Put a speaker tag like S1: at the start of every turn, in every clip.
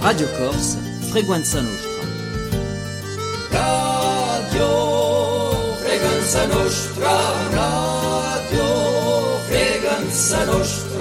S1: Radio Corse, Freguenza Nostra.
S2: Radio Freganza Nostra, Radio Freganza Nostra.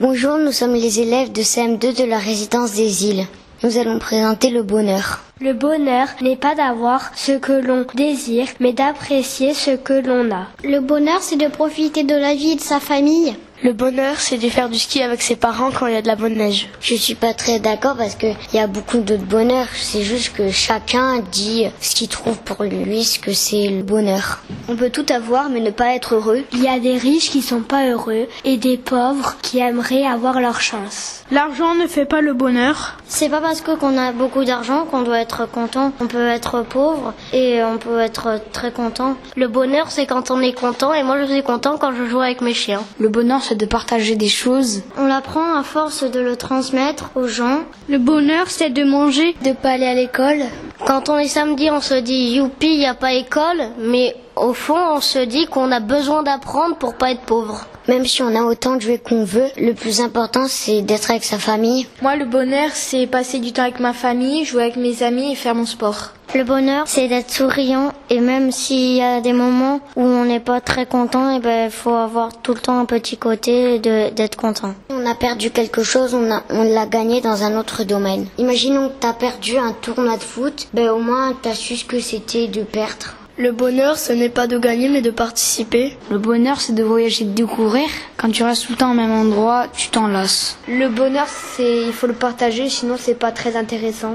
S3: Bonjour, nous sommes les élèves de CM2 de la résidence des îles. Nous allons présenter le bonheur.
S4: Le bonheur n'est pas d'avoir ce que l'on désire, mais d'apprécier ce que l'on a.
S5: Le bonheur, c'est de profiter de la vie et de sa famille.
S6: Le bonheur, c'est de faire du ski avec ses parents quand il y a de la bonne neige.
S3: Je suis pas très d'accord parce qu'il y a beaucoup d'autres bonheurs. C'est juste que chacun dit ce qu'il trouve pour lui, ce que c'est le bonheur. On peut tout avoir mais ne pas être heureux.
S4: Il y a des riches qui sont pas heureux et des pauvres qui aimeraient avoir leur chance.
S7: L'argent ne fait pas le bonheur.
S5: C'est pas parce que qu'on a beaucoup d'argent qu'on doit être content. On peut être pauvre et on peut être très content.
S8: Le bonheur, c'est quand on est content et moi je suis content quand je joue avec mes chiens.
S9: Le bonheur, de partager des choses.
S5: On l'apprend à force de le transmettre aux gens.
S10: Le bonheur, c'est de manger,
S11: de pas aller à l'école.
S8: Quand on est samedi, on se dit youpi, y a pas école, mais au fond, on se dit qu'on a besoin d'apprendre pour pas être pauvre.
S3: Même si on a autant de jouets qu'on veut, le plus important c'est d'être avec sa famille.
S12: Moi, le bonheur, c'est passer du temps avec ma famille, jouer avec mes amis et faire mon sport.
S5: Le bonheur, c'est d'être souriant et même s'il y a des moments où on n'est pas très content, et ben faut avoir tout le temps un petit côté d'être content.
S3: On a perdu quelque chose, on a, on l'a gagné dans un autre domaine. Imaginons que t'as perdu un tournoi de foot, ben au moins t'as su ce que c'était de perdre.
S6: Le bonheur, ce n'est pas de gagner, mais de participer.
S9: Le bonheur, c'est de voyager, de découvrir. Quand tu restes tout le temps au même endroit, tu t'en lasses.
S13: Le bonheur, c'est il faut le partager, sinon c'est pas très intéressant.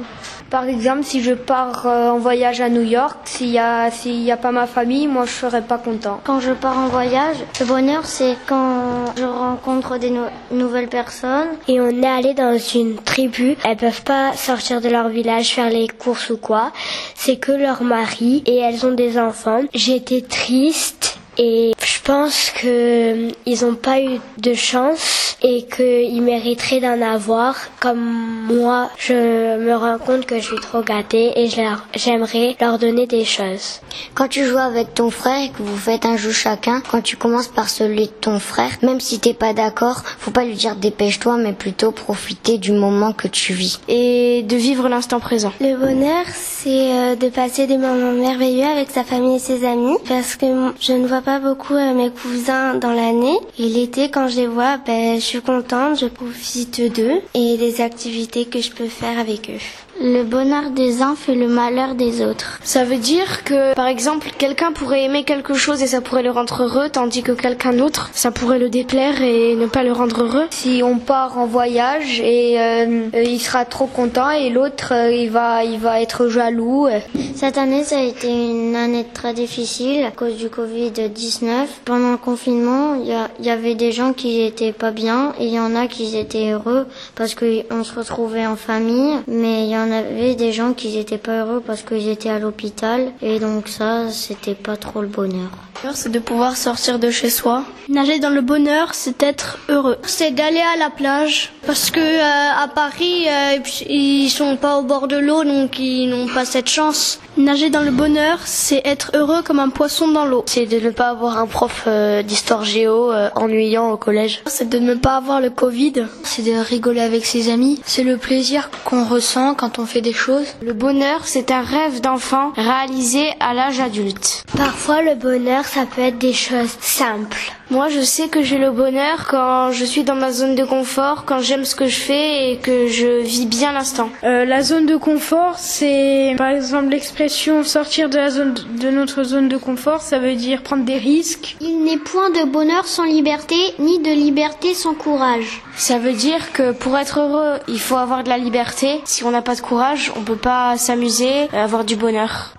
S13: Par exemple, si je pars euh, en voyage à New York, s'il y a s'il y a pas ma famille, moi je serais pas content.
S5: Quand je pars en voyage, le bonheur, c'est quand je rencontre des no nouvelles personnes.
S4: Et on est allé dans une tribu, elles peuvent pas sortir de leur village, faire les courses ou quoi. C'est que leur mari et elles ont des enfants. J'étais triste et je pense que euh, ils n'ont pas eu de chance et qu'ils mériteraient d'en avoir. Comme moi, je me rends compte que je suis trop gâtée et j'aimerais leur, leur donner des choses.
S3: Quand tu joues avec ton frère et que vous faites un jeu chacun, quand tu commences par celui de ton frère, même si t'es pas d'accord, faut pas lui dire dépêche-toi, mais plutôt profiter du moment que tu vis
S6: et de vivre l'instant présent.
S5: Le bonheur, c'est euh, de passer des moments merveilleux avec sa famille et ses amis, parce que je ne vois pas beaucoup euh, mes cousins dans l'année. Et l'été, quand je les vois, ben, je suis contente, je profite d'eux et des activités que je peux faire avec eux.
S3: Le bonheur des uns fait le malheur des autres.
S6: Ça veut dire que, par exemple, quelqu'un pourrait aimer quelque chose et ça pourrait le rendre heureux, tandis que quelqu'un d'autre, ça pourrait le déplaire et ne pas le rendre heureux.
S13: Si on part en voyage et euh, il sera trop content et l'autre, euh, il va, il va être jaloux.
S6: euh,
S5: Cette année, ça a été une année très difficile à cause du Covid-19. Pendant le confinement, il y, y, avait des gens qui étaient pas bien et il y en a qui étaient heureux parce qu'on se retrouvait en famille, mais il y en on avait des gens qui n'étaient pas heureux parce qu'ils étaient à l'hôpital et donc ça c'était pas trop le bonheur.
S6: C'est de pouvoir sortir de chez soi.
S10: Nager dans le bonheur, c'est être heureux.
S11: C'est d'aller à la plage parce que euh, à Paris euh, ils sont pas au bord de l'eau donc ils n'ont pas cette chance.
S10: Nager dans le bonheur, c'est être heureux comme un poisson dans l'eau.
S6: C'est de ne pas avoir un prof euh, d'histoire géo euh, ennuyant au collège.
S10: C'est de ne pas avoir le Covid.
S11: C'est de rigoler avec ses amis. C'est le plaisir qu'on ressent quand on fait des choses.
S6: Le bonheur, c'est un rêve d'enfant réalisé à l'âge adulte.
S4: Parfois, le bonheur, ça peut être des choses simples.
S6: Moi, je sais que j'ai le bonheur quand je suis dans ma zone de confort, quand j'aime ce que je fais et que je vis bien l'instant.
S7: Euh, la zone de confort, c'est par exemple l'expression sortir de la zone de notre zone de confort, ça veut dire prendre des risques.
S5: Il n'est point de bonheur sans liberté, ni de liberté sans courage.
S6: Ça veut dire que pour être heureux, il faut avoir de la liberté. Si on n'a pas de courage, on peut pas s'amuser, avoir du bonheur.